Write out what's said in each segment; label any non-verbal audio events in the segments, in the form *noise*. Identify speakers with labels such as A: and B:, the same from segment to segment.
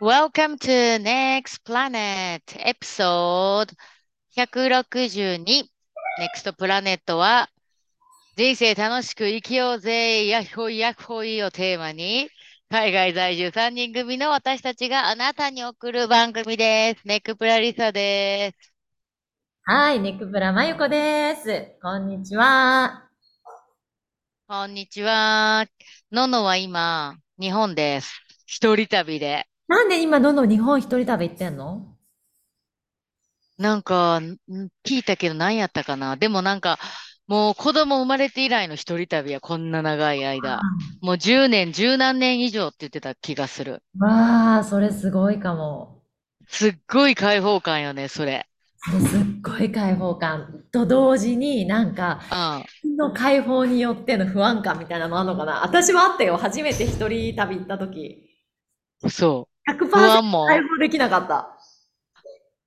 A: Welcome to Next Planet Episode 162 Next Planet は人生楽しく生きようぜやっほいやっほいをテーマに海外在住3人組の私たちがあなたに送る番組です。ネックプラリサです。
B: はい、ネクブラまゆこです。こんにちは。
A: こんにちは。ののは今日本です。一人旅で。
B: なんで今どんどん日本一人旅行ってんの
A: なんか、ん聞いたけど何やったかな。でもなんか、もう子供生まれて以来の一人旅や、こんな長い間。もう10年、十何年以上って言ってた気がする。
B: わあ、それすごいかも。
A: すっごい開放感よね、それ。
B: それすっごい解放感と同時になんか、
A: うん。
B: の解放によっての不安感みたいなのあんのかな私はあったよ。初めて一人旅行った時。
A: そ
B: 100%
A: う。不安も。
B: 解放できなかった。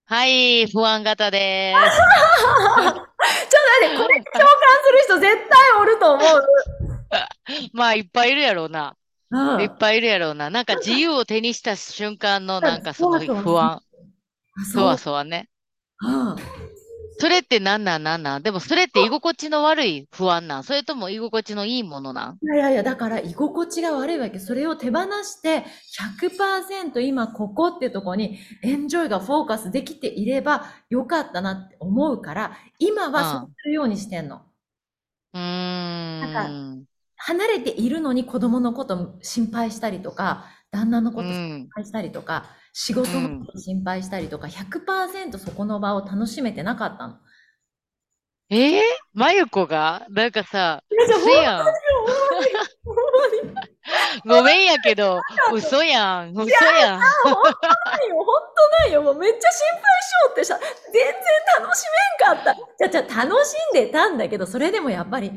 A: はい、不安型で
B: ちょっと待って、これ共感する人絶対おると思う。
A: す。まあ、いっぱいいるやろうな。
B: うん
A: いっぱいいるやろうな。なんか自由を手にした瞬間のなんかその
B: そうそう
A: 不安、
B: あ
A: そ
B: そう
A: わ。そわね。
B: うん
A: それってなんなんなんなんでもそれって居心地の悪い不安なんそれとも居心地のいいものなん
B: いやいやいや、だから居心地が悪いわけ。それを手放して100%今ここってとこにエンジョイがフォーカスできていればよかったなって思うから、今はそうするようにしてんの。
A: うーん。
B: 離れているのに子供のこと心配したりとか、旦那の
A: う
B: こと心
A: ん。
B: 配したりとか、仕事のこと心配したりとか、100%そこの場を楽しめてなかったの。
A: えー、まゆこがなんかさ、
B: いやじゃあ
A: 嘘やん。
B: ほんまに
A: ごめんやけど、嘘やん、嘘やん。
B: ないよ、本当ないよ。もうめっちゃ心配しようってさ、全然楽しめんかった。じゃじゃ楽しんでたんだけど、それでもやっぱり、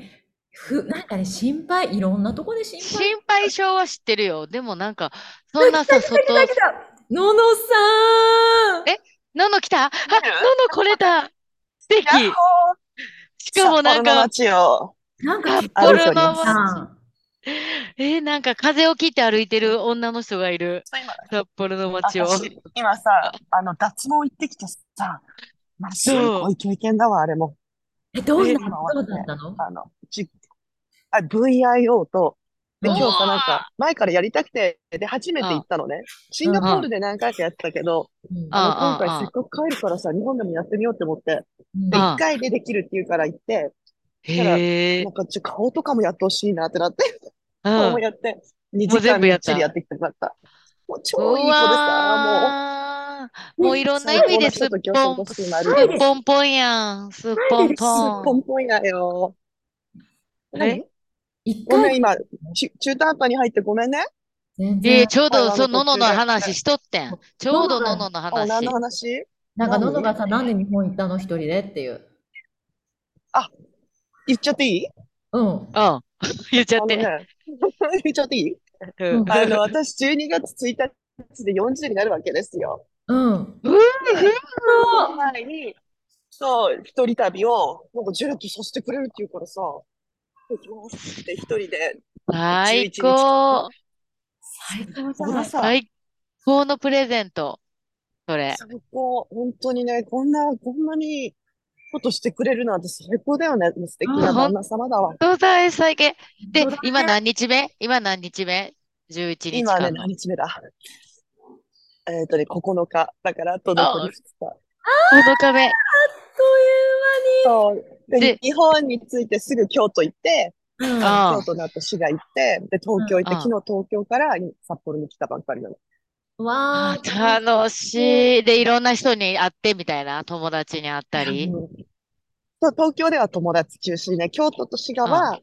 B: ふ、なんかね、心配、いろんなとこで心配。
A: 心配性は知ってるよ。でもなんか、そんなさ、外、
B: 来た来たののさん
A: えのの来たあ、ののこれだ素敵しかもなん
C: 札幌の
A: か、
C: 街を
B: なんか、
A: あ
C: 歩いており
A: 札幌の
C: ます。
A: 街
B: さ
A: えーなんか風を切って歩いてる女の人がいる。札幌の街を。
C: 私今さ、あの、脱毛行ってきてさ、まあ、す
A: そう
C: ごい経験だわ、あれも。
B: え、どうな
C: え
B: んどうだったの
C: あの、ち、あ、VIO と、で、
B: うん
C: 今日さ、なんか、前からやりたくて、で、初めて行ったのね。シンガポールで何回かやってたけど、
B: うん
A: あ
C: あの
A: うん
C: 今回せっかく帰るからさ、日本でもやってみようって思って、
B: うん
C: で、
A: あ
C: 一回でできるって言うから行って、
A: へえ
C: なん。か、ちょ、顔とかもやってほしいなってなって、
A: う
C: 顔も
A: ん。
C: やって、2
A: もう
C: 時
A: 全
C: 間
A: 部
C: み
A: やっ
C: ったちりやってきてもらった。もう
A: う
C: 超いい子でさ、もう。
A: わー。もういろんな意味ですっ
C: 最高
A: ぽん、
C: の人
A: す
C: と今
A: っ
C: 日本語
A: ぽんぽんやん。すっぽんぽん。
C: ポンポンだよ。
A: え
B: 一
C: ごめん、
B: 回、
C: 今、ち中途半端に入ってごめんね。
B: 全
A: えー
B: 然、
A: ちょうど
C: 会話
A: そ
C: の
A: のの
C: 途中
A: の
C: で
A: 話しとってん。ちょうどのの
B: のの
A: の
C: あ、何
A: 話
C: の。話
B: なんか、ののがさ、なんで日本行ったの一人でっていう。
C: 言っちゃっていい
B: うん。
A: うん。言っちゃって。
C: あのね *laughs* 言っちゃっていい
A: うん
C: あの、私、12月1日で40になるわけですよ。
B: うん。
C: その前に、そう、一人旅を、なんか、ジェラットさせてくれるって言うからさ、行きますって一人で、
A: 最
C: 11
A: 高。
B: 最高じゃ
C: こ
B: な
C: の
B: い。
C: さ、
A: 最高のプレゼント。それ。
C: 最高、本当にね、こんな、こんなに、ことしてくれるなんて最高だよね。素敵な旦那様だわ。
A: そうだい、最高。で
B: 本当だね、
A: 今何日目今何日目 ?11 日
C: 今ね、
A: 間の。
C: 何日目だえっとね、9日。だから、あと残り2日。
A: 9日目。
C: そう。
A: で
C: で、日本に着いてすぐ京都行って、
B: という間に。うん。
A: あ
C: 京都の後滋賀行って、で、東京行って、
A: うん
C: 昨日東京から札幌に来たばっかりなの。
B: わ
A: あ
B: ー
A: ー楽しい。で、いろんな人に会ってみたいな。友達に会ったり。
C: うんそう東京では友達中心ね、京都と滋賀
A: うんう
C: は
A: ん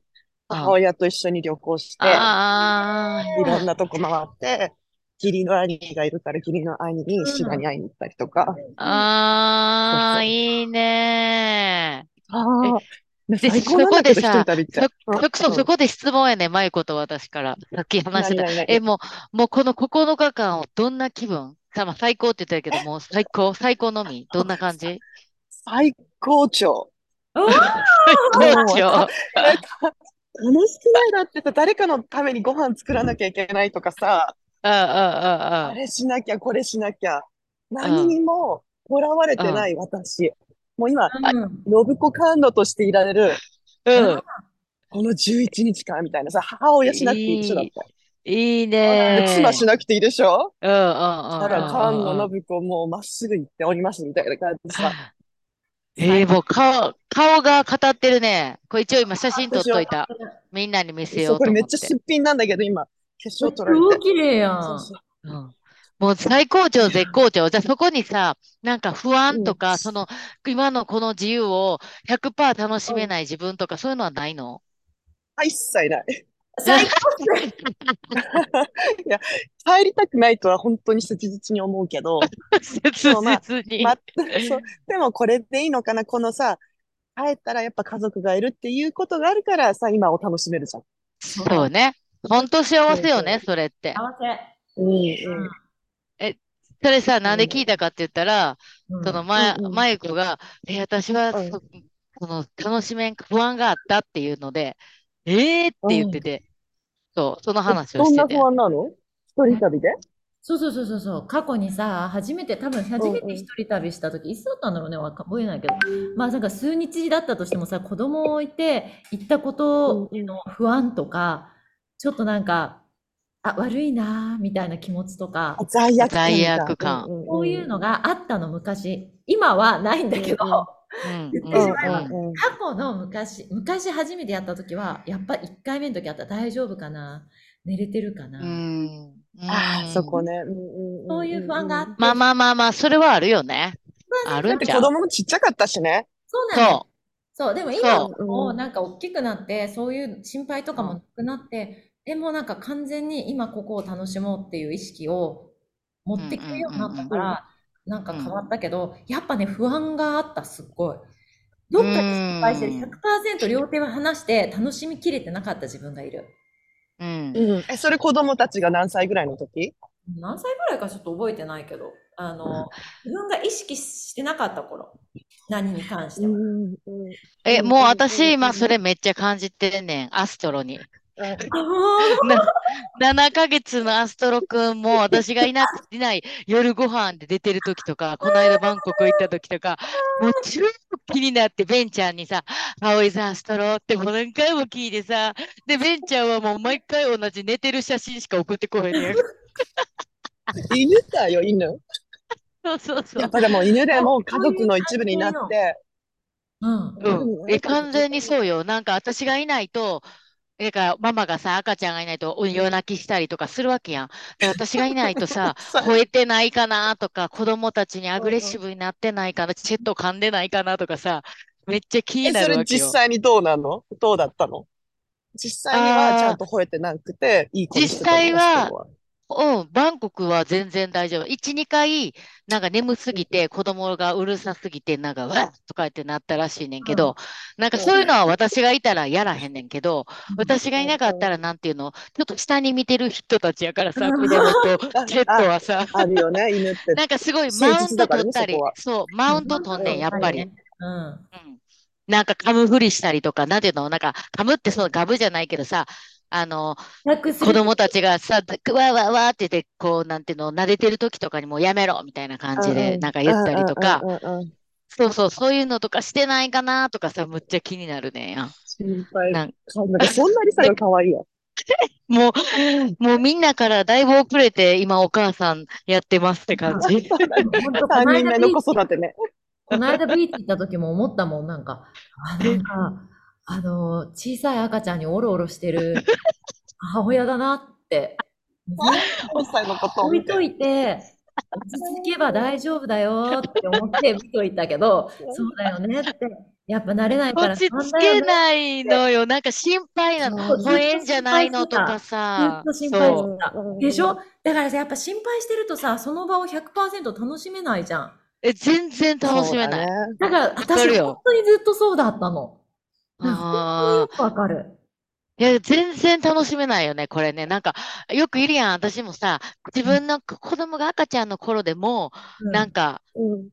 C: 母親と一緒に旅行して、
A: あ
C: いろんなとこ回って、義理の兄がいるから義理の兄に滋賀に会いに行ったりと
A: あ、
C: か。
A: あ
C: そうそ
A: あ、
C: う
A: いいね
C: ああ、ね
A: で
C: 最高なんだ
A: そこでさ
C: けど、一人旅って。
A: そ、
C: う
A: そ、
C: ん
A: そ、
C: うん
A: そこで質問やね、まゆこと私から。さっき話してた。
C: 何々
A: え、もう、もうこの9日間をどんな気分さ、まあ、最高って言ったけど、もう最高、最高のみ。どんな感
C: *laughs*
A: じ
C: 最高潮。
A: 最高
C: もう
A: 潮。
C: 楽しくないなってさ、誰かのためにご飯作らなきゃいけないとかさ、
A: うんうんうん
C: あ
A: うん。
C: れしなきゃ、これしなきゃ。何にも囚われてない私。もう今、
B: うん
C: 信子感度としていられる、
A: うん。
C: この11日間みたいなさ、母親しなくていいでしょ、だって。
A: いいね
C: で妻しなくていいでしょ
A: うんうんうんうん
C: ただ、菅
A: うんうん
C: 野信子もうまっすぐ行っておりますみたいな感じでさ。
A: えー、もう顔、顔が語ってるね。これ一応今写真撮っといた
B: あ私。
A: みんなに見せよ
C: そうう、ことれ
A: 思
C: め
A: っ
C: っちゃ
A: て
C: すっぴんなんだけど、今、化粧取られ
B: 超
C: て。
B: 綺麗や。
C: そうんそう。
A: うんもう最高潮、絶好調。じゃあそこにさ、なんか不安と
C: う
A: か、
C: ん
A: その、今のこの自由を100%楽しめない自分とか、そういうのはないの
C: あ一切ない。
B: 最高っすね
C: 帰りたくないとは本当に切実に思うけど、
A: *laughs* 切
C: もまあ
A: 実に。
C: ま *laughs* あ、そう、でもこれでいいのかな、このさ、帰ったらやっぱ家族がいるっていうことがあるからさ、今を楽しめるじゃん。
A: そうね。本当幸せよね、それって
B: 合。わせ。
C: うん、
B: うん
A: それさ、なんで聞いたかって言ったら、
B: うん
A: そのマ
C: うんうん
A: マイクが、え、私は
C: うん
A: そ、その楽しめん、不安があったっていうので、えーって言ってて、そう、その話を
C: ど
A: し
C: ん
A: て
C: な
A: て。
C: 不安なの一人旅で
B: そうそうそうそうそう、過去にさ、初めて、多分初めて一人旅した時、いつだったんだろうね、わか覚えないけど、まあなんか数日だったとしてもさ、子供を置いて行ったことへの不安とか、ちょっとなんか、あ、悪いなーみたいな気持ちとか
C: あ、罪悪感みたい
A: 罪悪感
C: うんんん
B: そういうのがあったの昔、今はないんだけど、
C: うん
B: 過
A: うん
B: 言っ
A: う
B: てし
A: ん
B: まえば
A: うん
C: うんうん
B: 去の昔、昔初めてやった時は、やっぱ1回目の時あったら大丈夫かな、寝れてるかな、
A: うん
C: あ
A: う
C: あ、
A: ん
C: そこね。うんうんんん
B: そういう不安があって、
A: まあまあまあまあ、それはあるよね。
B: まあ
A: あ
B: な
A: る
B: ん
A: ん
B: か
A: じ
C: で、
A: ゃ
C: 子
A: ん。
C: 供もちっちゃかったしね。
B: そうなんだよ
A: そ
B: そう、でも今
A: そう
B: もううんなんか大きくなって、そういう心配とかもなくなって、え、もうなんか完全に今ここを楽しもうっていう意識を持ってくるようになったから、なんか変わったけど、やっぱね、不安があった、すっごい。どっかで失敗してる、
A: うん
B: 100%両手は離して楽しみきれてなかった自分がいる。
A: う。うん。
C: うん。え、それ子供たちが何歳ぐらいの時
B: 何歳ぐらいかちょっと覚えてないけど、
A: *laughs*
B: あの、自分が意識してなかった頃、何に関しては。
C: ん。
A: え、
C: うん
A: もう
C: うん
A: 私、今
C: うん
A: それめっちゃ感じてんねん。アストロに。
B: あー
A: な7ヶ月のアストロくんも私がいな、いない夜ご飯で出てる時とか、この間バンコク行った時とか、もう超気になってベンちゃんにさ、葵さんアストロってもう何回も聞いてさ、で、ベンちゃんはもう毎回同じ寝てる写真しか送ってこへん
B: *laughs*
A: ねん。
C: 犬だよ、犬。
A: そうそうそ
C: やっ
A: う。
C: ぱでも犬でも家族の一部になって。
B: うん。
A: うん。え、完全にそうよ。なんか私がいないと、だからママがさ、赤ちゃんがいないとお夜泣きしたりとかするわけやん。だから私がいないと *laughs* さ、
C: そう
A: 吠えてないかなとか、子供たちにアグレッシブになってないかな、チェット噛んでないかなとかさ、めっちゃ気に
C: え、
A: な
C: そ
A: る
C: れ
A: わけ
C: 実
A: よ。
C: 際にどうなのどうだったの実際に
A: あー
C: はちゃんと吠えてなくて、いい子にしてたの
A: 実際は
C: そこ
A: うん、バンコクは全然大丈夫。1、2回、なんか眠すぎて、子供がうるさすぎて、なんか、わっとかってなったらしいねんけど、なんかそういうのは私がいたらやらへんねんけど、私がいなかったら、なんていうの、ちょっと下に見てる人たちやから
C: *laughs*
A: さ、
B: うん
A: 子供とチェットはさ、
C: あるよね、犬って。
A: なんかすごい
C: 誠
A: マウン
C: 実
A: ト
C: だから
A: 取
C: ね
A: ったり
C: そこは、
A: そう、マウント取んねん、やっぱり。
B: うん。
A: うんなんか噛むふりしたりとか、なんていうの、なんか噛むってそのガブじゃないけどさ、あの、
B: 楽す
A: 子
B: る
A: 供たちがさ、わわわって言って、こう、なんていうの、撫でてる時とかにもうやめろみたいな感じ
C: うん
A: で、
C: うん
A: なんか言ったりとか、
C: うんうんうんうん
A: そうそう、そういうのとかしてないかなとかさ、むっちゃ気になるねんやん。
C: 心配。
A: なん
C: なんかそんなリサが可愛いよ。
A: もう、もうみんなからだいぶ遅れて、今お母さんやってますって感
B: *laughs*
A: じ。
B: 本
A: *laughs*
B: 当この
C: 3人目
B: 間
C: の
B: ビー
C: 子
B: チ
C: 育てね。
B: この間ビーチ行った時も思ったもん、なんか、あ、なんか、あの、小さい赤ちゃんにおろおろし
A: *laughs*
B: てる母親だなって、
C: 4歳のことを
B: 置
C: 見
B: い
C: て。
B: といて、落ち着けば大丈夫だよって思って見といたけ
A: *laughs*
B: ど、そうだよねって、やっぱ慣れないから
A: 落ち
B: 不
A: 着
B: 安だよ
A: け
B: ね。
A: ないのよ。なんか心配なの。
C: そう
A: 吠えんじゃないのとかさ。
B: ずっと心配
A: そう。
B: してた
C: そううんうんうん
B: でしょだからさ、やっぱ心配してるとさ、その場を100%楽しめないじゃん。
A: え、全然楽しめない。
C: い。
B: だから、
A: かる
B: 私、
A: よ
B: 本当にずっとそうだったの。
A: あ
B: よくわかる。
A: あ、いや、全然楽しめないよね、これね。なんか、よくいるやん、私もさ、自分の子供が赤ちゃんの頃でも、
B: う
A: なんか、
C: うん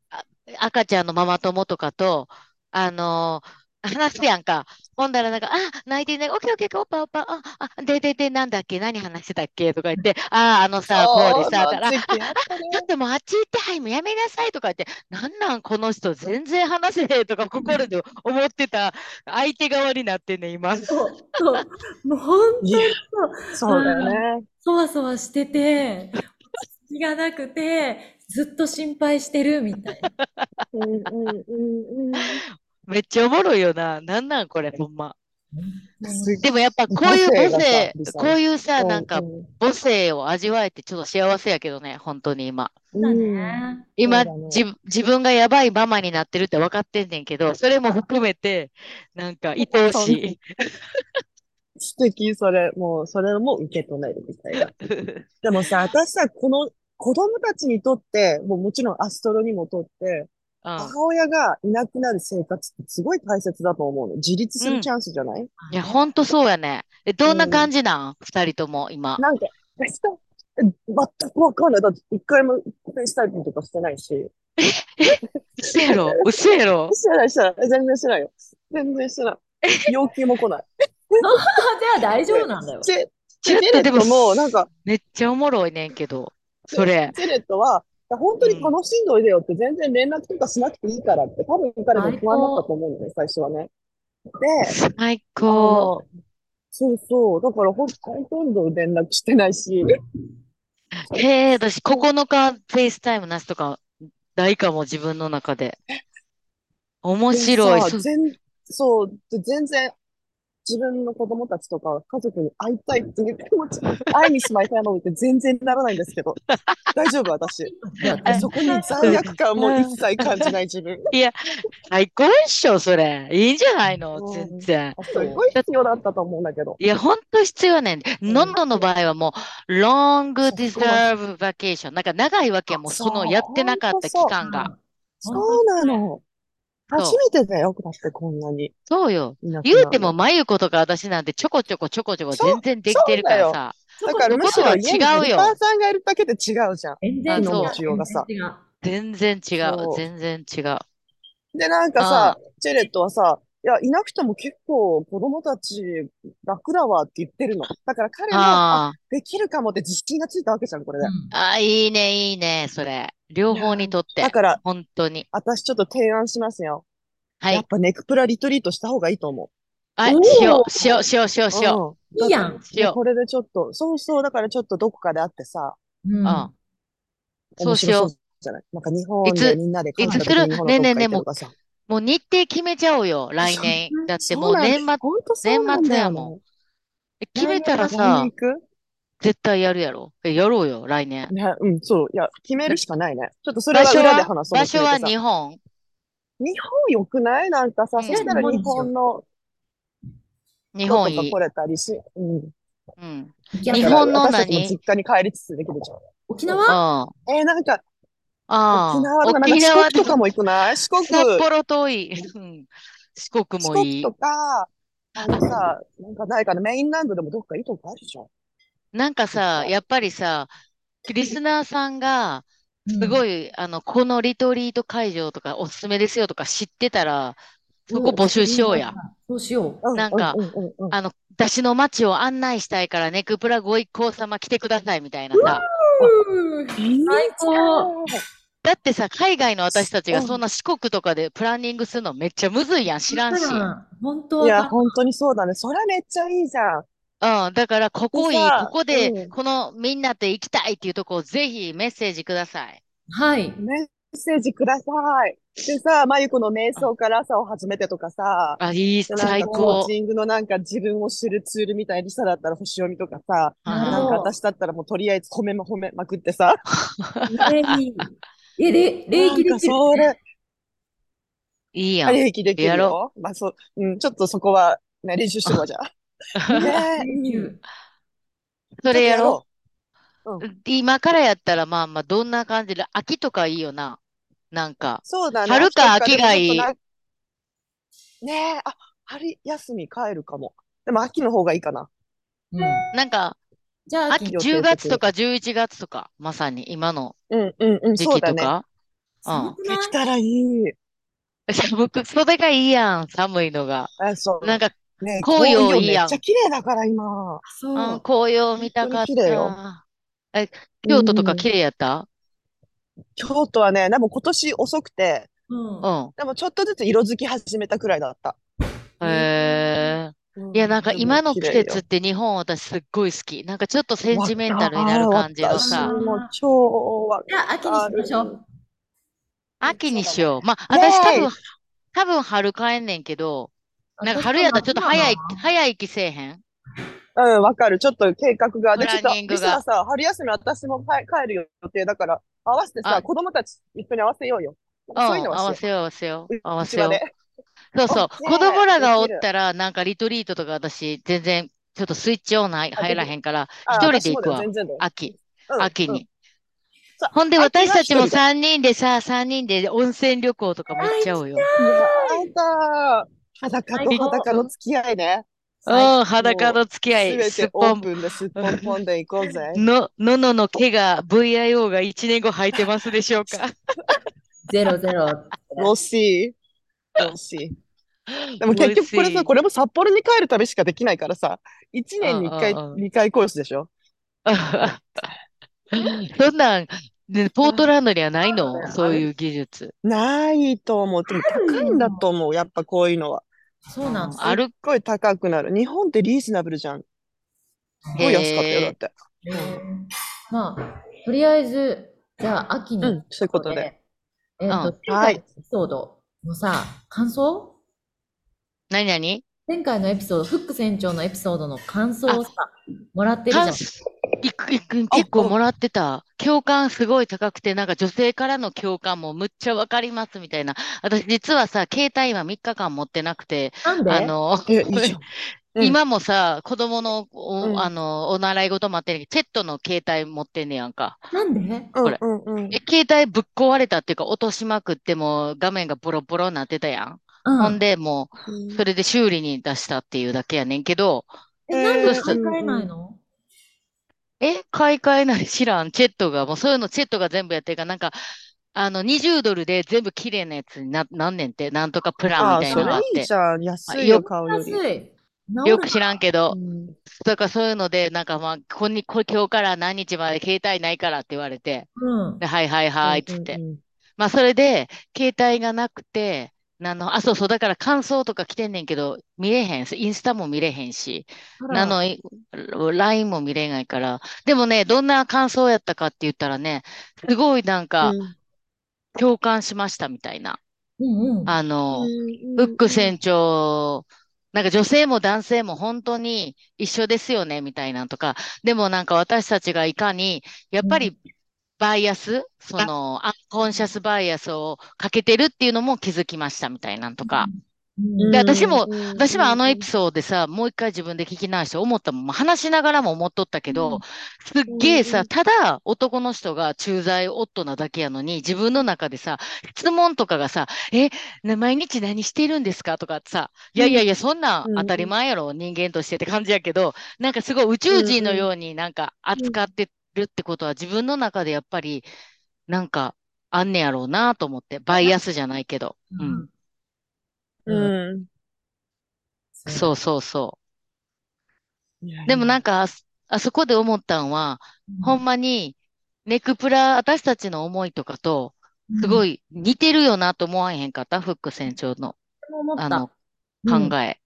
A: 赤ちゃんのママ友とかと、あのー話すやんか。ほんだらなんか、あ、泣いてない。オッケーオッケーオッケー、オッパオッパ、あ、あ、ででで、なんだっけ、何話してたっけとか言って、ああ、あのさ、こうでさ、だから、
C: そう
A: ち
C: 夏ってやったね
A: ょっともうあっち行って、はい、もうやめなさいとか言って、なんなん、この人、全然話せねえとか、心で思ってた相手側になってんね、今。
B: そう、そう。もう本当に
C: いや
B: そう。
C: そうだよね。
B: そわそわしてて、落ち着きがなくて、ずっと心配してるみたいな。
C: うんうんうんう
A: めっちゃおもろいよな。なんなん、これ、ほんま。
C: ん。す
A: でもやっぱ、こういう
C: 母
A: 母性
C: 性がさ
A: こういうさ、なんか
C: う、ん
A: 母性を味わえて、ちょっと幸せやけどね、本当に今。
C: うん
B: ね。
A: 今、
C: そうだね
A: じ、自分がやばいママになってるって分かってんねんけど、それも含めて、なんか、愛おし
C: 素敵、それ、もう、それも受け止めるみたいな。
A: い。
C: でもさ、私さ、この子供たちにとって、もうもちろんアストロにもとって、
A: うん。
C: 母親がいなくなる生活ってすごい大切だと思うの。自立す
A: うん
C: るチャンスじゃない
A: いや、ほんとそうやね。え、どんな
C: うん
A: 感じなん二人とも、今。
C: なんか、ベスト、え全くわかんない。だって一回もフェイスタイプとかしてないし。
A: 嘘やろ嘘やろ
C: してない、してない。全然してないよ。全然してない。要求も来ない。
B: じゃあ大丈夫なんだよ。
C: チェ、
A: ちょっと
C: チェレッ
A: でも
C: トも、なんか、
A: めっちゃおもろいねんけど。それ。
C: チェレットは、本当に楽しんどいでよって全然連絡とかしなくていいからって、多分彼も不安だったと思うのね、最初はね。で、
A: 最
C: あ
A: 高。
C: のそうそう。だからほん、ほとんど連絡してないし、
A: へえ、私、9日フェイスタイムなしとか、ないかも、自分の中で。面白い。そ
C: でさ全、そう、で全然、自分の子供たちとか家族に会いたいっていう気
A: *laughs*
C: 持ち、会いにしまいたいのって全然ならないんですけど、大丈夫、私。そこに罪悪感も一切感じない
A: *laughs*
C: 自分。
A: 最高っしょ、それ。いいんじゃないの
C: うん
A: 全然。
C: すごい必要だったと思うんだけど。
A: いや、ほんと必要やねん。
C: うん
A: ロンドンの場合はもう、long
C: そう
A: deserved vacation。なんか長いわけやもう、その
C: そう
A: やってなかった期間が。
C: そうなの。
A: そう
C: 初めてだよ、だってこんなに
A: そうよ。
C: いなくなる
A: 言うても、まゆことか私なんてちょこちょこちょこちょこ全然できてるからさ。
C: だからむしろ家に
A: そことは違うよ
C: ヘルパーさんがいるだけで違うじゃん。
B: 全然違う
A: あの
C: 需要がさ
B: 全然違う
A: 全然違。
C: そうう
A: 全然違う。
C: で、なんかさ、チェレットはさ、いや、いなくても結構子供たち楽だわって言ってるの。だから彼も、あ、
A: ああ。
C: できるかもって自信がついたわけじゃん、これで。
A: ああ、いいね、いいね、それ。両方にとって。
C: だから、
A: 本当に。
C: 私ちょっと提案しますよ。
A: は
C: や
A: い
C: っ。ぱネクプラリトリートした方がいいと思
A: あ、
B: おー
A: しよう、しよう、しよう、しよう、
C: う。
A: しよ
C: うん。
B: いいやん
A: う、しよう。
C: これでちょっと、そうそう、だからちょっとどこかで会ってさ、
B: うん。う
A: うん。
B: ん。
A: そう
C: 面
A: し
C: 白
A: よう
C: そうじゃないなんか日本
A: いつ
C: でみんなで
A: い
C: カ
A: つ
C: ナダ
A: す
C: と
A: る
C: か日本のど
A: ねえ
C: っ
A: ねえねえ
C: か行ってとかさ。
A: もう日程決めちゃおうよ、来年。
C: そう
A: だって
C: そう
A: もう
C: なん
A: 年末、
C: ほんとそうなんだよね
A: 年末やもん決めたら
C: 来年
A: さ
C: 行、く
A: 絶対やるやろ。えやろうよ、来年。
C: ね、うん、そう。いや、決めるしかないね。ちょっとそれ
A: 場
C: は
A: 所
C: 裏で
A: は、
C: 話そう。
A: 場所は
C: 決めてさ
A: 日本。
C: 日本良くないなんかさ、
A: うん
C: そしたら日本の
A: 日
C: 人
A: 本
C: とか
A: いい
C: 来。れたりし、うん。
A: うん。
B: 行きや
A: 日
B: すい
A: 本の
C: 私たちも
A: 何
C: 実家に帰りつつできるじゃん。
B: 沖
A: うん。
B: 縄
A: あ
C: えー、なんか、
A: あ
C: 沖縄とか、なんか
A: 沖
C: 四
A: 縄
C: 国
A: で
C: とかも行くない四国、
A: 札幌遠い。うん四国
C: 四
A: もい
C: 国
A: い
C: と。か、あのさ、なんかないかな、メインランドでもどっかいいとこあるじゃん。
A: なんか
C: そ
A: さ、
C: っか
A: やっぱりさ、リスナーさんが、すごい、あの、このリトリート会場とかおすすめですよとか知ってたら、そこ募集しようや。。
B: そうしよう。
C: うん、
A: なんか
C: うん、うん、うん。
A: あの、私の街を案内したいから、ネクプラご一行様来てくださいみたいなさ。
B: 最高。
A: だってさ、海外の私たちが
C: うん
A: そんな四国とかでプランニングするのめっちゃむずいやん、知らんし。うん、
B: 本当
C: い
B: わ
C: や、
B: かる
C: 本当にそうだね。そりゃめっちゃいいじゃん。
A: だから、ここいい、
C: でさ
A: ここで、
C: うん
A: このみんなで行きたいっていうとこをぜひメッセージください。
B: はい。
C: メッセージください。でさ、まゆこの瞑想から朝を始めてとかさ、
A: あ、いい、
C: でなん
A: 最
C: かコー
A: 高。
C: チングのなんか自分を知るツールみたいにしただったら星読みとかさ、
A: うん
B: なる
C: なん
B: ほ
C: か
B: ど
C: 私だったらもうとりあえず褒めま褒めまくってさ、
B: 礼儀。え、れ礼儀
C: な
B: で
C: んか
B: きる。
C: それ、
A: いいやん。
C: 礼儀できる
A: やろ
C: よ。まあそう、うん、ちょっとそこは、ね、練習してこうじゃん。ねえ、
B: でき
C: うん
B: る
A: *laughs* それやろ
C: ちょっとやろう
A: う。今からやったら、まあまあ、どんな感じで、秋とかいいよな。なんか。
C: そうだね。
A: 春か秋がいい
C: とかでもちょっとなねえ、あ、春休み帰るかも。でも秋の方がいいかな。
B: うん
A: なんか、
B: じゃあ、
A: 秋、
C: 予定
A: 10月
C: 的に
A: とか11月とか、まさに今の
C: うんうんうん、
A: 時
C: そう
A: 期
C: だ
A: と
C: ね。
A: か。
B: 寒く
C: で
B: ない
C: きたらいい。
A: *laughs* 僕、袖がいいやん、寒いのが。
C: あ、そう。
A: なんか、
C: ねえ、
A: 紅葉
C: 紅
A: いいやん
C: めっちゃ綺麗だから今。
B: そう。
A: うん、紅葉見たかっ
C: 本当に綺麗よ
A: た。え、京都とか
C: うん
A: 綺麗やった
C: 京都はね、でも今年遅くて、
B: うん
A: う。ん。
C: でもちょっとずつ色づき始めたくらいだった。
B: うん
A: へえ。いや、なんか
C: でも
A: 今の
C: 綺
A: 季
C: 麗よ
A: 節って日本私すっごい好き。なんかちょっとセンチメンタルになる
C: わか
A: 感じの
C: 私
A: さ、
C: も超わか
B: じゃあ、秋にしましょう。
A: 秋にしよう。まあ、
C: ねえ
A: 私多分、多分春帰んねんけど、なんか春やったらちょっと早い、早い気せえへん
C: うん、わかる。ちょっと計画が。で、
A: プ
C: ちょっ
A: ラ
C: と、
A: ンニング
C: リ
A: が
C: スナーさ、春休み私も帰帰る予定だから、合わせて
A: あ
C: さ、子供たち一緒に合わせようよ。
A: うん、
C: そういうの
A: 合
C: はしよ
A: わ
C: う。
A: せよう、合わせよう、合わせよう。
C: うちはね。
A: そうそう。
C: オッケー
A: 子供らがおっ
C: できる
A: たら、なんかリトリートとか私、全然、ちょっとスイッチオンない、
C: あ
A: 入らへんから、
C: あ
A: 一人で
C: 私
A: 行
C: も
A: く
C: だよ
A: わ。
C: 全然だよ。
A: 秋、
C: うん
A: 秋
C: うん
A: に。
C: そう
A: ほんで、
C: 秋は
A: 私たちも
C: 一人で
A: 3人でさ、3人で温泉旅行とかも行っちゃおうよ。
C: いやあんた、裸と裸の付き合いね。
B: 最
A: うん、裸の付き合
C: す
A: い、
C: べ
A: すって
C: オ
A: ぽ
C: ー
A: ん、
C: プンですっぽんぽんで行こうぜ。
A: の、ののの毛が、VIO が1年後履いてますでしょうか。
B: ゼロゼロ。
C: 惜しい。惜しい。でも結局これ
A: 美味し
C: さ、
A: い
C: これも札幌に帰る旅しかできないからさ、1年に1回、
A: うんうんうん
C: 2回コースでしょ。
A: そんなん、ねポートランドにはないのそういう技術。
C: ないと思う。でも高いんだと思う。やっぱこういうのは。
B: そうなんです。
A: 歩
C: すっごい高くなる。日本ってリーズナブルじゃん。すごい安かったよ、だって。
B: まあ、とりあえず、じゃあ、秋に。
C: うん、そういうことで。
B: えっと、
A: うん
B: 前回のエピソードのさ、感想
A: 何何
B: 前回のエピソード、フック船長のエピソードの感想をさ、もらってるじゃん
A: 感。想いくいく結構もらってた。共感すごい高くて、なんか女性からの共感もむっちゃわかりますみたいな。私実はさ、携帯今3日間持ってなくて、
B: なんで
A: あの、
C: え、いいじゃん。うん
A: 今もさ、子供のお、
C: うん
A: あの、お習い事もあってんねんけど、ペットの携帯持ってんねやんか。
B: なんで
C: う
A: こ
C: ん
A: れ
C: うんうん。
A: え携帯ぶっ壊れたっていうか、落としまくってもう画面がボロボロになってたやん。
B: うん
A: ほんで、もう、それで修理に出したっていうだけやねんけど、
B: え、なんで
A: えー
B: 買い替えないの
A: え、買い替えない *laughs* 知らん。チェットが、もうそういうのチェットが全部やってるから、なんか、あの、20ドルで全部綺麗なやつにな、なんねんって、なんとかプランみた
C: あ
A: い
C: そ
A: なのがあ
C: れ
A: っ
C: いい
A: て
C: じ。ゃん。安い
A: よ
C: よ、買うよ
B: 安
C: り。
B: い。直
A: よ
B: ら
A: く
B: ない
A: 知らんけど
C: う、ん
A: だからそういうので、なんかまあ、ここに、こ今日から何日まで携帯ないからって言われて、
B: うん
A: で、はいはいはい、つっ
C: う
A: て。
C: んうん
A: まあ、それで、携帯がなくて、あの、あ、そうそう、だから感想とか来てんねんけど、見れへん。インスタも見れへんし、
B: あら
A: なの、い LINE も見れないから。でもね、どんな感想やったかって言ったらね、すごいなんか、
C: うん
A: 共感しましたみたいな。
B: うんうん。
A: あの、フック船長、なんか女性も男性も本当に一緒ですよねみたいなのとか、でもなんか私たちがいかに、やっぱりバイアス、その、アンコンシャスバイアスをかけてるっていうのも気づきましたみたいなのとか。
B: うん
A: で私も
C: うんうん
A: 私はあのエピソードでさ、もう一回自分で聞き直して思ったもん、話しながらも思っとったけど、すっげえ
C: うんう
A: さ、
C: ん
A: ただ男の人が駐在夫なだけやのに、自分の中でさ、質問とかがさ、え、な毎日何してるんですかとかってさ、いやいやいや、そんなん当たり前やろ、人間としてって感じやけど、なんかすごい宇宙人のようになんか扱ってるってことは、自分の中でやっぱり、なんかあんねやろうなと思って、バイアスじゃないけど。うん。
C: うん
B: う。
A: そうそうそう。
C: いや
A: でもなんか、あそあそこで思ったんは、ほんまに、ネクプラ、私たちの思いとかと、すご
B: い。
A: い似てるよなと思わへんかった、フック船長の、
B: 思った
A: あの、考え。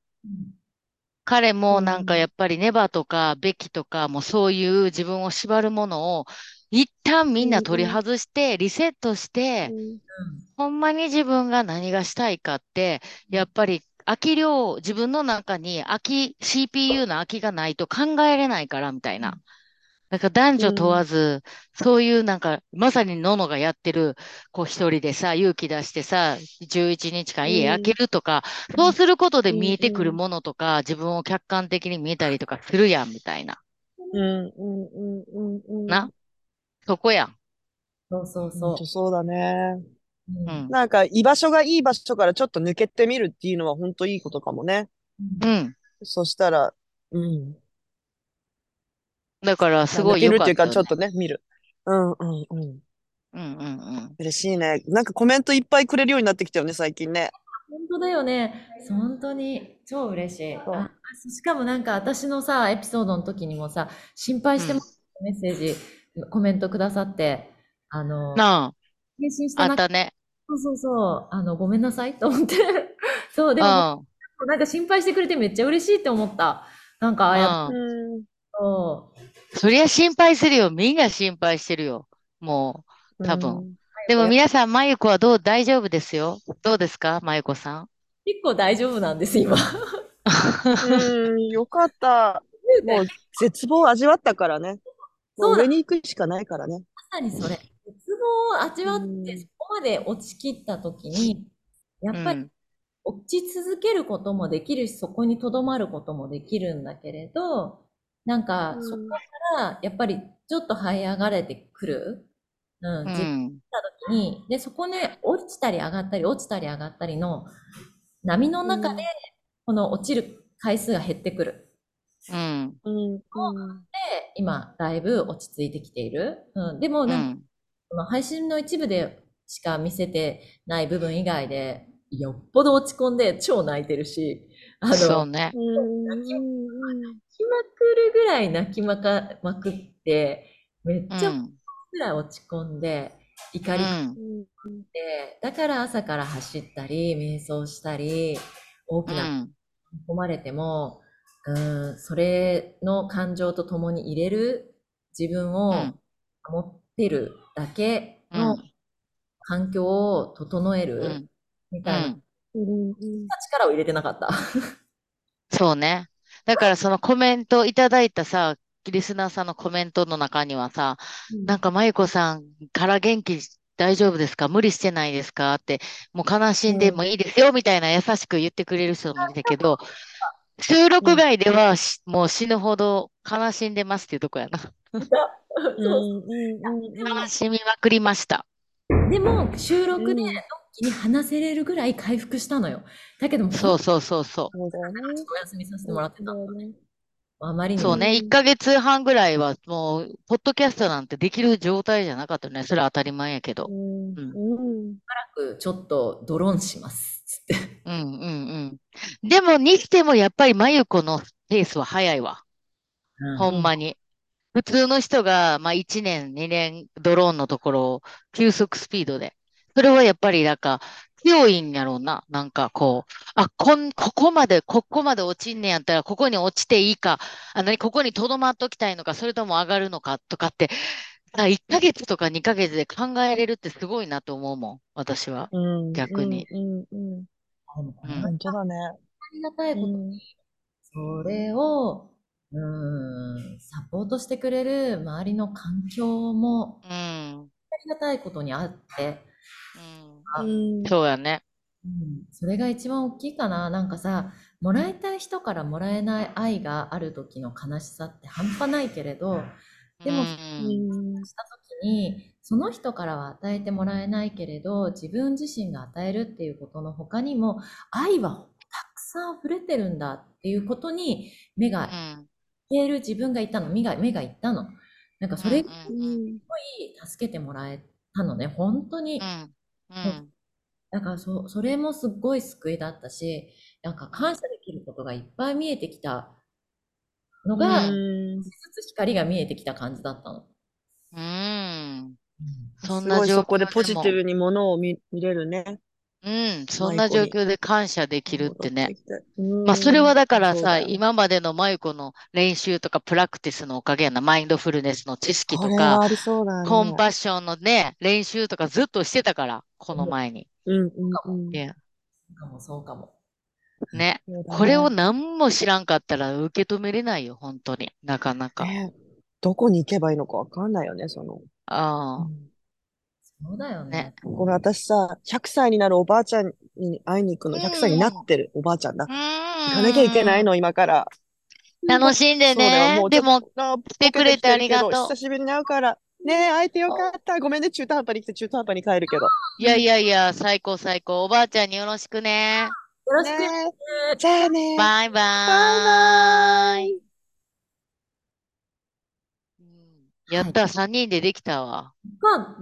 A: 彼もなんか
C: うん
A: やっぱりネバとかベキとかもそういう自分を縛るものを、一旦みんな取り外して、リセットして、ほんまに自分が何がしたいかって、やっぱり空き量、自分の中に空き、CPU の空きがないと考えれないからみたいな。なんか男女問わず、そういうなんか、まさにののがやってる、こう一人でさ、勇気出してさ、11日間家開けるとか、そうすることで見えてくるものとか、自分を客観的に見えたりとかするやん、みたいな。
C: うんうんうんうんうん。
A: な。そこやん。
B: そうそう
C: ほ
B: そ
C: んとそうだね。
B: う。
A: う
B: うん
A: ん。
C: なんか居場所がいい場所からちょっと抜けてみるっていうのは本当いいことかもね。
A: うん。
C: そしたら、うん。
A: だから、すごい
C: 抜
A: 良
C: けるっ
A: か
C: てい
A: っ
C: うか
A: た
C: ちょ
A: よ
C: っとね、見る。うんうんうん。
A: ね。うんうんうん。
C: 嬉しいね。なんかコメントいっぱいくれるようになってきたよね、最近ね。
B: 本当だよね。本当に超嬉しい。
C: そう
B: あしかもなんか私のさ、エピソードの時にもさ、心配してますってメッセージ、コメントくださって、あの、
A: な
B: 返信し
A: あ、
B: て
A: あっ
B: なくて、
A: たね。
B: そうそうそう、あの、ごめんなさいと思って。 *laughs* そう、
A: う
B: で
A: ん。
B: も、
A: うん
B: なんか心配してくれてめっちゃ嬉しいって思った。なんか、ああやっ
C: うん
B: と、
A: そりゃ心配するよ。みんな心配してるよ。もう、多分。でも皆さん、まゆこはどう、大丈夫ですよ。どうですか、まゆこさ
B: *laughs*
A: ん。
B: 結構大丈夫なんです、今。
C: うん、よかった。
B: *laughs*
C: もう絶望を味わったからね。もう
B: そうだ
C: 上に行くしかないからね。
B: まさにそれ。絶望を味わって、
C: うん
B: そこまで落ちきったときに、や
A: う
B: っぱり
A: ん。
B: 落ち続けることもできるし、そこにとどまることもできるんだけれど、なんか、
C: うん
B: そこから、やっぱりちょっと這い上がれてくる。うん、
A: う
B: 自分
A: ん。
B: の時に、で、そこね、落ちたり上がったり、落ちたり上がったりの波の中で、この落ちる回数が減ってくる。
A: うん。
C: うん。うん
B: で、今、だいぶ落ち着いてきている。うん、でも、
A: う
B: なんか
A: ん。
B: その配信の一部でしか見せてない部分以外で、よっぽど落ち込んで超泣いてるし、あの、
A: そう
B: 泣
A: ね。
C: うん
B: きまくるぐらい泣きまか、まくって、めっ
A: う
B: ちゃ
A: ん。
B: ぐらい落ち込んで、怒
A: う
B: りっ
A: ん。
B: て、だから朝から走ったり、瞑想したり、大き
A: う。
B: なん込まれても、うーん、それの感情と共に入れる自分
A: う
B: を
A: ん。
B: 持ってるだけ
A: う
B: の
A: ん。
B: 環境を整える。
A: うん。
B: み
A: う
B: たいな。
A: ん。
C: うんうん
B: 力を入れてなかった。
A: そうね。だからそのコメントいただいたさ、リスナーさんのコメントの中にはさ、
B: *laughs*
A: なんかまゆこさんから元気大丈夫ですか無理してないですかって、もう悲しんでもいいですよみたいな優しく言ってくれる人もいたけど、収録外ではしもう死ぬほど悲しんでますっていうとこやな。
C: うんうんうん
A: 悲しみまくりました。
B: でも収録で
C: うん
B: のんきに話せれるぐらい回復したのよ。だけども、
A: そうそうそうそ
C: そうだよね。
B: お休みさせてもらってた。
C: そうだよね
B: あまり
A: う。
B: に
A: そう
B: も。
A: ね。1ヶ月半ぐらいはもう、ポッドキャストなんてできる状態じゃなかったね。それは当たり前やけど
C: う。んうん
B: ちょっとドロンします。つって。
A: うんうんうん。でも、にしてもやっぱりまゆこのペースは早いわ。ほんまに。普通の人が、まあ、1年、2年、ドローンのところを急速スピードで。それはやっぱり、なんか、強いんやろうな。なんかこう、あ、こん、ここまで、ここまで落ちんねやったら、ここに落ちていいか、あ、何、ここに留まっときたいのか、それとも上がるのかとかって、さ1ヶ月とか2ヶ月で考えれるってすごいなと思うもん、私は。
C: うん
A: 逆に
C: うんうんうん
B: うんあ
A: うん
B: り
C: 本当だね。
B: がたいことに、それを、うーん、サポートしてくれる周りの環境も
A: うん。うん。
B: ありがたいことにあって、
C: うん
A: そうやね。
B: うん、それが一番大きいかな。なんかさ、もらいたい人からもらえない愛がある時の悲しさって半端ないけれど、でも
A: うん
B: した時にその人からは与えてもらえないけれど自分自身が与えるっていうことの他にも愛はたくさん溢れてるんだっていうことに目が消える自分がいたの目が目がいったのなんかそれに
A: うんうん
B: 助けてもらえたのね本当に
A: うんうん
B: んだからそそれもすっごい救いだったしなんか感謝できることがいっぱい見えてきたのが少し
C: うん
B: ずつ光が見えてきた感じだったの。
A: うんそん
C: す
A: な
C: ごい
A: 状
C: そこで
A: 況
C: ポジティ
A: も、
C: ブにものを見見れるね。
A: うん、そんな状況で感謝できるってね。
C: うん。
A: まあ、それはだから
C: そう
A: さ、
C: よね
A: 今までのまゆこの練習とかプラクティスのおかげやな、マインドフルネスの知識
C: ことれ
A: か、
C: はありそうだね。
A: コンパッションのね、練習とかずっとしてたから、この前に。
C: うんうんうん
A: い。や
B: そうかもそうかも。
A: ね。
C: そうだね
A: これを何も知らんかったら受け止めれないよ、本当に。なかなか。
C: ねどこに行けばいいのかわかんないよね、その。
A: ああ。
B: そうだよね
A: ね。
C: ごめん、私さ、100歳になるおばあちゃんに会いに行くの、
A: うん
C: 100歳になってるおばあちゃんだ。
A: う
C: 行かなきゃいけないの、今から。
A: 楽しんで
C: そうだよ
A: ね
C: も。うち
A: で
C: ょっ
A: も、
C: あ
A: 来てくれてありがとう
C: ボケきるけど久しぶりに会うから。ねえ、会えてよかった。ごめんね、中途半端に来て中途半端に帰るけど。
A: いやいやいや、最高最高。おばあちゃんによろしくね。
B: よろし
C: ね
B: くね。
C: え、じゃあね
A: バイバーイ。うんやった、3人でできたわ。
B: よかっ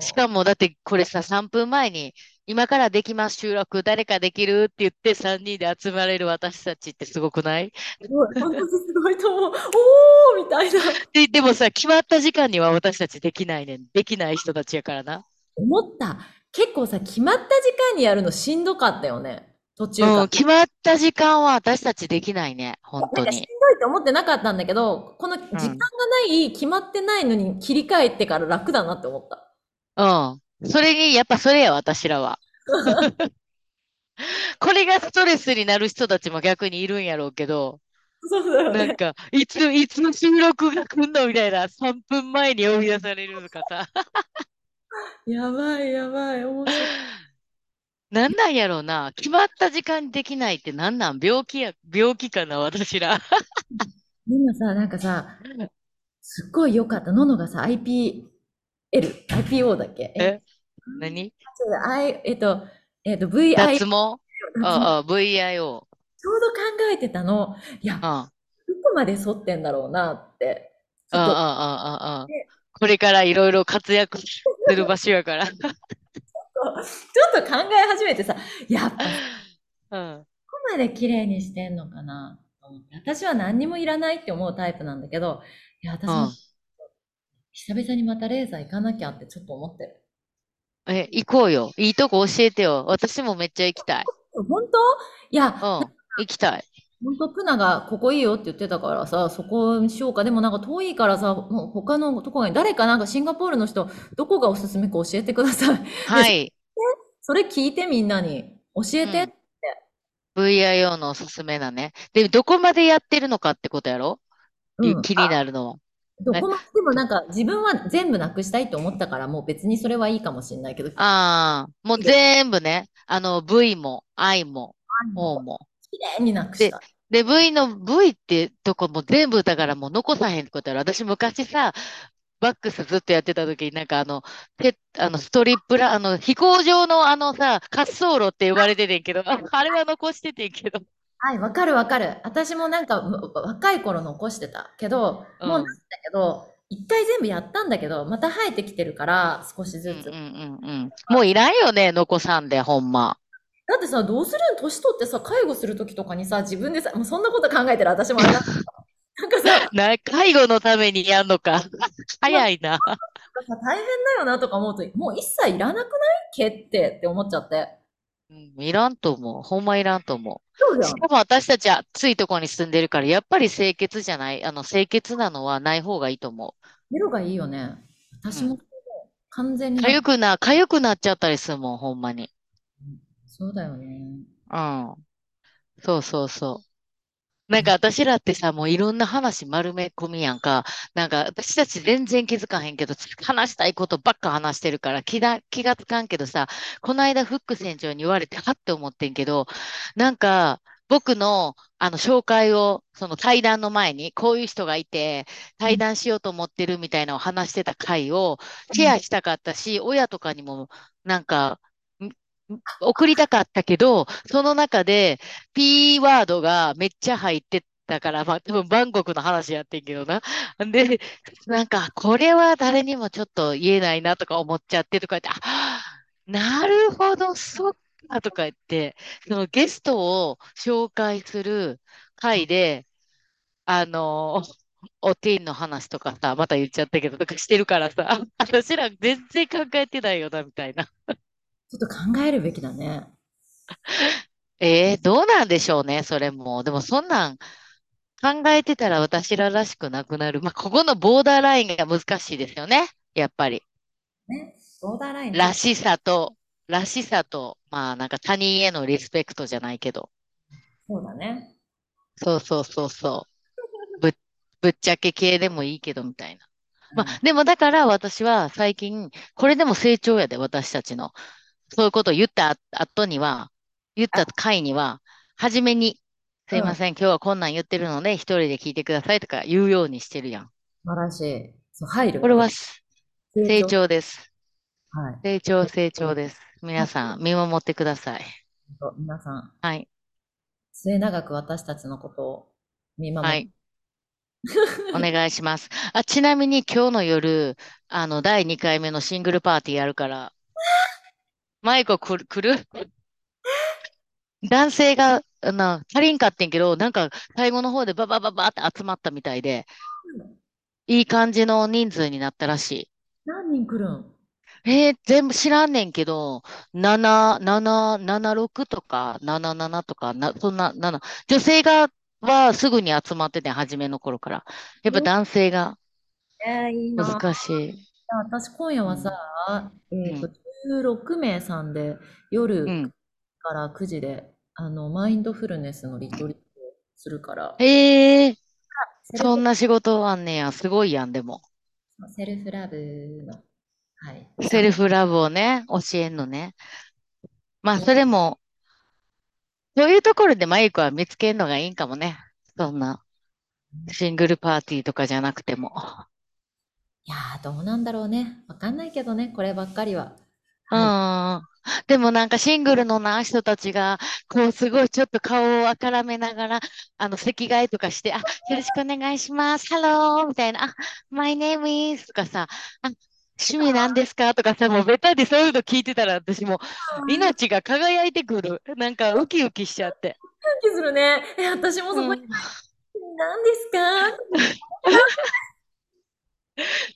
B: た。
A: しかも、だってこれさ、3分前に今からできます収録、誰かできるって言って3人で集まれる私たちってすごくない
B: すごい本当にすごいと思う。おーみたいな。
A: で、でもさ、決まった時間には私たちできないねん。できない人たちやからな。
B: 思った。結構さ、決まった時間にやるのしんどかったよね。途中から。
A: うん、決まった時間は私たちできないね。本当
B: なんかしんど
A: に
B: い。と思ってなかったんだけど、この時間がない、決まってないのに切り替えてから楽だなって思った。
A: うん。それに、やっぱそれや、私ら
B: *laughs*
A: は。これがストレスになる人たちも逆にいるんやろうけど、
B: そうだよ
A: なん。か、いつ、いつの収録が来んのみたいな、3分前に呼び出されるとかさ、
B: やばいやばい、面白い。
A: なんなんやろうな、決まった時間にできないってなんなん、病気や、病気かな、私ら。
B: 今さ、なんかさ、すっごい良かった。ののがさ、IPL、IPO だっけ
A: え何
B: そうだ I、えっと、えっと、VI、
A: 脱
B: ちょう
A: 毛ああ、VIO。
B: ど考えてたの。いや、
A: うん。
B: ど
A: あ
B: こまで沿ってんだろうなって。
A: あ、あ
B: ちょ
A: あ、
B: っ
A: ああ。これからいろいろ活躍する場所や
B: *laughs*
A: から。
B: とちょっと考え始めてさ、やっぱ、ど
A: うん。
B: こまで綺麗にしてんのかなと思って私は何にもいらないって思うタイプなんだけど、いや、私
A: う
B: も
A: ん
B: 久々にまたレーザー行かなきゃってちょっと思ってる。
A: え、行こうよ。いいとこ教えてよ。私もめっちゃ行きたい。
B: 本当いや、
A: うん。行きた
B: *laughs*
A: い。
B: 本当プナがここいいよって言ってたからさ、そこにしようか。でもなんか遠いからさ、もう他のとこに、誰かなんかシンガポールの人、どこがおすすめか教えてください。
A: はい。
B: それ聞いてみんなに。教えて。
A: VIO のおすすめなね。で、どこまでやってるのかってことやろ
B: うん。
A: 気になるのは。
B: どこまででもなんか自分は全部なくしたいと思ったから、もう別にそれはいいかもしれないけど、綺
A: ああ、もう全部ね。あの、V も、I も、O も。
B: 麗になくした。
A: で、V の V ってとこも全部だからもう残さへんってことやろ。私昔さ、バックスずっとやってた時になんかあの、て、あの、ストリップラ、あの、飛行場のあのさ、滑走路って呼ばれててんけど、あれは残しててんけど。
B: はい、わかるわかる。私もなんかわ若い頃残してたけど、
A: うん
B: もうなんだけど、一回全部やったんだけど、また生えてきてるから、少し
A: う
B: ず
A: ん
B: つ。
A: うんうんうん。もういらんよね、残さんで、ほんま。
B: だってさ、どうするん年取ってさ、介護するときとかにさ、自分でさ、もうそんなこと考えてる私もあれだなんかさ、なんか
A: な、介護のためにやんのか。早いな。
B: さ大変だよなとか思うと、もう一切いらなくない毛ってって思っちゃって。
A: うんいらんと思う。ほんまいらんと思
B: そう
A: う。
B: じゃ
A: し
B: ん。
A: かも私たちは暑いとこに住んでるから、やっぱり清潔じゃない、あの、清潔なのはない方がいいと思
B: 色がいいよね。私も、完全
A: う。
B: に
A: か。ゆくな、かゆくなっちゃったりするもん、ほんまに。
B: そうだよね。
A: うん。そうそうそう。なんか私らってさ、もういろんな話丸め込みやんか。なんか私たち全然気づかへんけど、話したいことばっか話してるから気だ、気がつかんけどさ、この間フック船長に言われて、はって思ってんけど、なんか僕のあの紹介を、その対談の前に、こういう人がいて、対談しようと思ってるみたいなのを話してた回をシェアしたかったし、親とかにもなんか、送りたかったけど、その中で P ワードがめっちゃ入ってたから、まあ多分バンコクの話やってんけどな。で、なんかこれは誰にもちょっと言えないなとか思っちゃってとか言って、あ、なるほど、そっかとか言って、そのゲストを紹介する回で、あの、おティーンの話とかさ、また言っちゃったけど、とかしてるからさ、私ら全然考えてないよな、みたいな。
B: ちょっと考えるべきだね。
A: ええどうなんでしょうね、それも。でも、そんなん考えてたら私ららしくなくなる。まあ、ここのボーダーラインが難しいですよね、やっぱり。
B: ね。ボーダーライン。
A: らしさと、らしさと、まあ、なんか他人へのリスペクトじゃないけど。
B: そうだね。
A: そうそうそうそう。ぶっ、ぶっちゃけ系でもいいけど、みたいな。ま
B: うん
A: あ、でもだから私は最近、これでも成長やで、私たちの。そういうことを言った後には、言った回には、初めに、すいません、今日はこんなん言ってるので、一人で聞いてくださいとか言うようにしてるやん。
B: 素晴らしい。そう、入る。
A: これはす成
B: 成長。
A: 長です。
B: はい。
A: 成長、成長です。皆さん、見守ってください。
B: 本当皆さん、
A: はい。
B: 末永く私たちのことを見守っ
A: は
B: て
A: い。お願いします。あ、ちなみに今日の夜、あの、第2回目のシングルパーティーやるから、マイコくる、くる男性が、あの、足りんかってんけど、なんか、最後の方でババババって集まったみたいで、いい感じの人数になったらし
B: 何人来るん
A: い。えー全部知らんねんけど、7、7、76とか、77とか、な、そんな、7。女性が、はすぐに集まってて、初めの頃から。やっぱ男性が
B: えー、いいな。
A: 難しい。
B: 私、今夜はさ、えっと
A: う、
B: 16名さんで、夜
A: うん。
B: から9時で、あの、マインドフルネスのリトリートをするから、
A: ええ
B: セル
A: そんな仕事あんねや。すごいやん、でも。
B: フ、セルフラブの、はい。
A: セルフラブをね、教えんのね。まあ、それも、そういうところでマイクは見つけるのがいいんかもね。そんな、シングルパーティーとかじゃなくても。
B: いやー、どうなんだろうね。わかんないけどね、こればっかりは。
A: う
B: は
A: ん。でもなんかシングルのな人たちが、こうすごいちょっと顔をあからめながら、あの、席替えとかして、あ、よろしくお願いします。ハローみたいな、あ、my name is とかさ、あ、趣味なんですかとかさ、もうベタでそういうの聞いてたら私も
B: い。な
A: 命が輝いてくる。なんかウキウキしちゃって。
B: 気するね。え、私もそこ
A: う
B: に、
A: ん。
B: 何ですか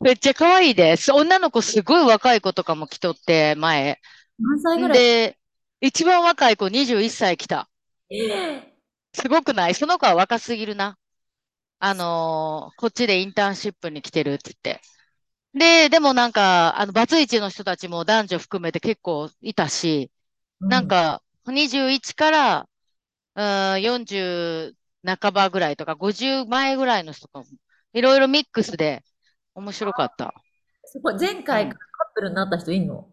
A: めっちゃ可愛いです。女の子すごい若い子とかも来とって、前。
B: 何歳ぐらい
A: で、一番若い子21歳来た。
B: え
A: すごくないその子は若すぎるな。あのーこっちでインターンシップに来てるって言って。で、でもなんか、あの、バツイチの人たちも男女含めて結構いたし、
B: ー
A: なん、か、21から、うーん、40半ばぐらいとか、50前ぐらいの人とかも、いろいろミックスで面白かった。
B: そこ、前回からカップルになった人いんの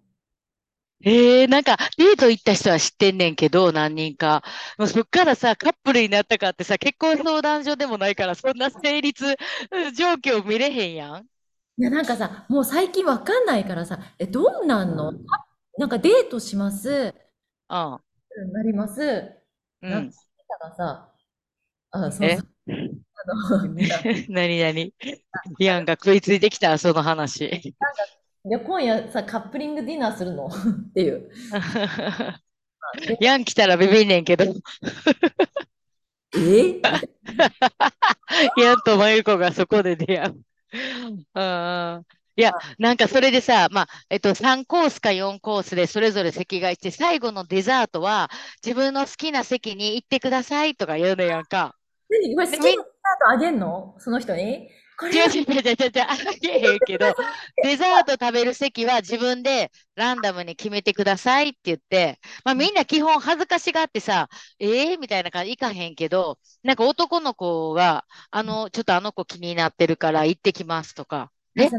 A: ええなんか、デート行った人は知ってんねんけど、何人か。もうそっからさ、カップルになったかってさ、結婚相談所でもないから、そんな成立うん状況見れへんやん。
B: いや、なんかさ、もう最近わかんないからさ、え、どんなんのなんかデートしま
A: う
B: す、
A: ん。
B: なります、
A: う
B: なん
A: ん
B: か。さ、あ、そう
A: え
B: *laughs* そう、あの、いや、
A: *laughs* 何々。ヤンが食いついてきた、その話。
B: いや今夜さ、カップリングディナーするのっていう。
A: *laughs*
B: で
A: ヤン来たらビビんねんけど、
B: えみたいな
A: ヤンとマユコがそこで出会う。うん。いや、なんかそれでさ、まあ、えっと、3コースか4コースでそれぞれ席替えして、最後のデザートは、自分の好きな席に行ってくださいとか言うのやんか。
B: 何これ好きなスタートあげんのその人にこ
A: 違
B: れ
A: う違う違う違う違う、あげへんけど、デザート食べる席は自分でランダムに決めてくださいって言って、まあみんな基本恥ずかしがってさ、ええみたいな感じいかへんけど、なんか男の子が、あの、ちょっとあの子気になってるから行ってきますとか。え
B: さ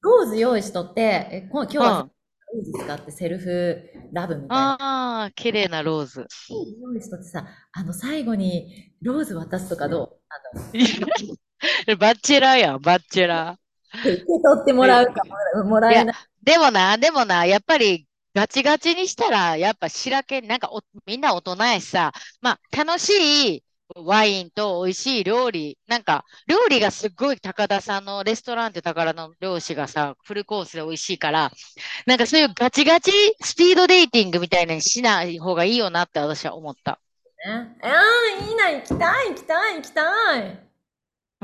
B: ローズ用意しとって、え、こ今日
A: うん。
B: は
A: あ
B: さローズ使ってセルフラブみたいな。
A: あ、綺麗なローズ。
B: 用意しとってさ、あの、最後にローズ渡すとかどうあの、
A: バッチェラーやん、バッチェラー。
B: 受け取ってもらうかも、もらえない。
A: でもな、でもな、やっぱりガチガチにしたら、やっぱしらけん、なんかお、みんな大人やしさ、まあ、楽しいワインと美味しい料理、なんか、料理がすっごい高田さんのレストランって宝の漁師がさ、フルコースで美味しいから、なんかそういうガチガチスピードデーティングみたいなのにしない方がいいよなって私は思った。
B: ね。ああ、いいな、行きたい、行きたい、行きたい。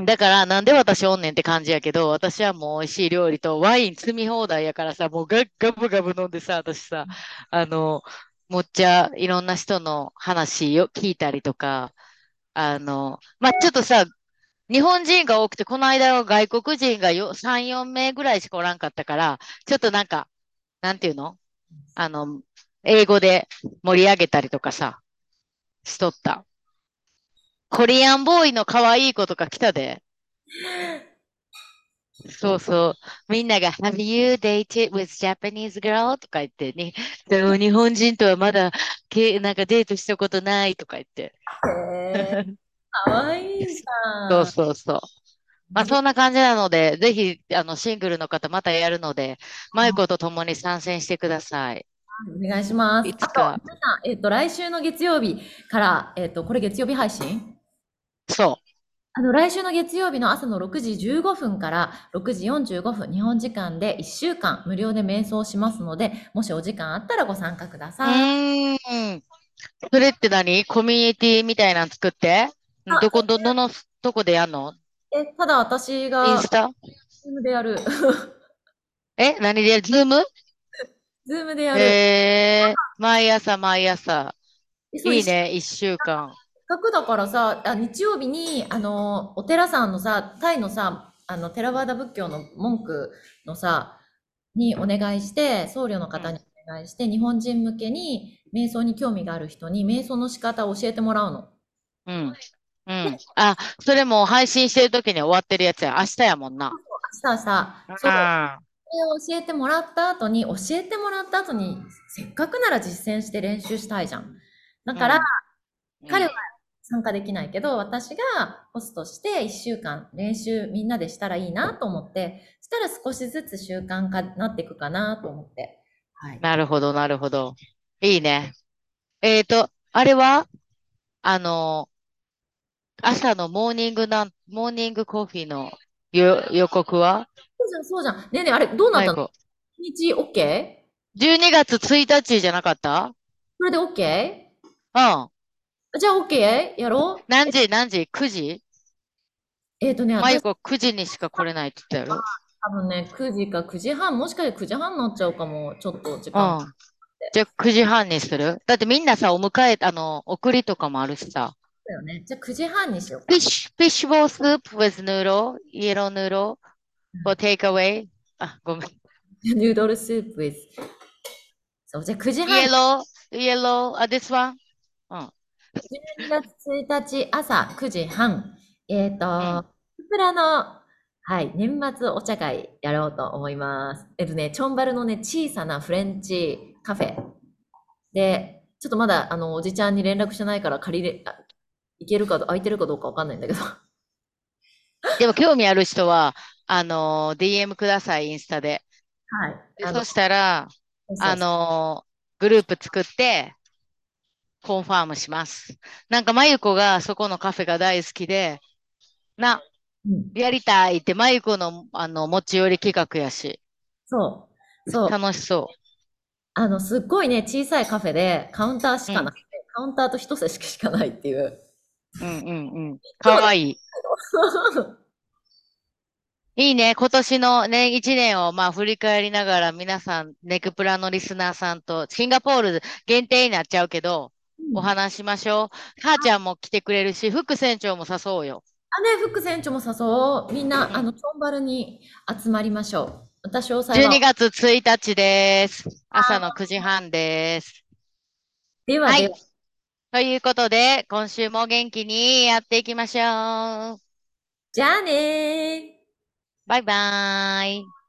A: だから、なんで私おんねんって感じやけど、私はもう美味しい料理とワイン積み放題やからさ、もうガッガブガブ飲んでさ、私さ、あの、もっちゃいろんな人の話よ聞いたりとか、あの、まあ、ちょっとさ、日本人が多くて、この間は外国人がよ3、4名ぐらいしかおらんかったから、ちょっとなんか、なんていうのあの、英語で盛り上げたりとかさ、しとった。コリアンボーイの可愛い子とか来たで。そうそう。みんなが、Have you dated with Japanese girl? とか言ってね。でも日本人とはまだ、け、なんかデートしたことないとか言って。
B: へえ、かわいいじ
A: そ
B: ゃ。
A: うんそうそう。まあそんな感じなので、ぜひ、あの、シングルの方またやるので、マイコと共に参戦してください。
B: お願いします。
A: いつか
B: あと、皆さんえっと、来週の月曜日から、えっと、これ月曜日配信
A: そ
B: あの、来週の月曜日の朝の6時15分から6時45分、日本時間で1週間無料で瞑想しますので、もしお時間あったらご参加くだ
A: う
B: さい。
A: ーん。それって何コミュニティみたいなの作って
B: あ
A: どこ、ど、どの、どこでやんの
B: え、ただ私
A: イン
B: が、
A: ス
B: ズ
A: タ
B: ームでやる。 *laughs*
A: え何でズーム
B: ズームでやる。
A: えー、毎朝毎朝。
B: そう
A: いい。ね、一週間。
B: せっかくだからさ、あ、日曜日に、あの、お寺さんのさ、タイのさ、あの、テラワーダ仏教の文句のさ、にお願いして、僧侶の方にお願いして、日本人向けに、瞑想に興味がある人に、瞑想の仕方を教えてもらうの。
A: うん。うん。あ、それもう配信してる時に終わってるやつや。明日やもんな。
B: 明日さ、そうう、
A: ん。
B: それを教えてもらった後に、教えてもらった後に、せっかくなら実践して練習したいじゃん。だから、
A: うん
B: 彼は参加できないけど、私がホストして1週間練習みんなでしたらいいなと思って、そしたら少しずつ習慣化になっていくかなと思って。はい。
A: なるほど、なるほど。いいね。えっと、あれは、あの、朝のモーニングなん、モーニングコーヒーのよ予告は
B: そうじゃん、そうじゃん。ねえねえ、あれ、どうなっ
A: 最
B: たの
A: 後。
B: ?1 日 OK?
A: 12月1日じゃなかった
B: それで OK?
A: うん。
B: じゃあ OK? やろう
A: 何時何時 ?9 時
B: えっ、とね、
A: まゆ
B: 私
A: こ9時にしか来れないって言ったやろ
B: 多分ね、9時か9時半、もしかして9時半になっちゃうかも、ちょっと時間。
A: うん。じゃあ9時半にするだってみんなさ、お迎え、あの、送りとかもあるしさ。
B: だよね。じゃあ9時半にしよう。
A: フィッシュ、フィッシュボールスープ with noodle, yellow noodle for takeaway. あ、ごめん。
B: *laughs* ヌードルスープ with。そう、じゃあ9時半。
A: yellow, yellow, あ、this one?
B: 12月1日朝9時半、えっ、と、ププラの、はい、年末お茶会やろうと思います。えっとね、チョンバルのね、小さなフレンチカフェで、ちょっとまだ、あの、おじちゃんに連絡してないから借りれ、あ行けるかど、空いてるかどうかわかんないんだけど。
A: でも興味ある人は、あのー DM ください、インスタで。
B: はい。
A: で
B: *laughs* あの
A: そしたら、
B: そうそう
A: あのーグループ作って、コンファームします。なんか、まゆこがそこのカフェが大好きで、な、
B: うん
A: やりたいって、まゆこの、あの、持ち寄り企画やし、
B: そう。そう。
A: 楽しそ
B: あの、すっごいね、小さいカフェで、カウンターしかなくて、カウンターと一席しかないっていう。
A: う。うんうんうん。かわいい。いいね。今年のね、一年をまあ振り返りながら皆さん、ネクプラのリスナーさんと、シンガポール限定になっちゃうけど、 *laughs* お話しましょう。母ちゃんも来てくれるし、副船長も誘おうよ。
B: あ、ね、副船長も誘おう。みんな、あの、チョンバルに集まりましょう。私を最後。
A: 12月1日です。朝の9時半です。
B: では
A: はい
B: では、
A: ということで、今週も元気にやっていきましょう。
B: じゃあねー。
A: バイバーイ。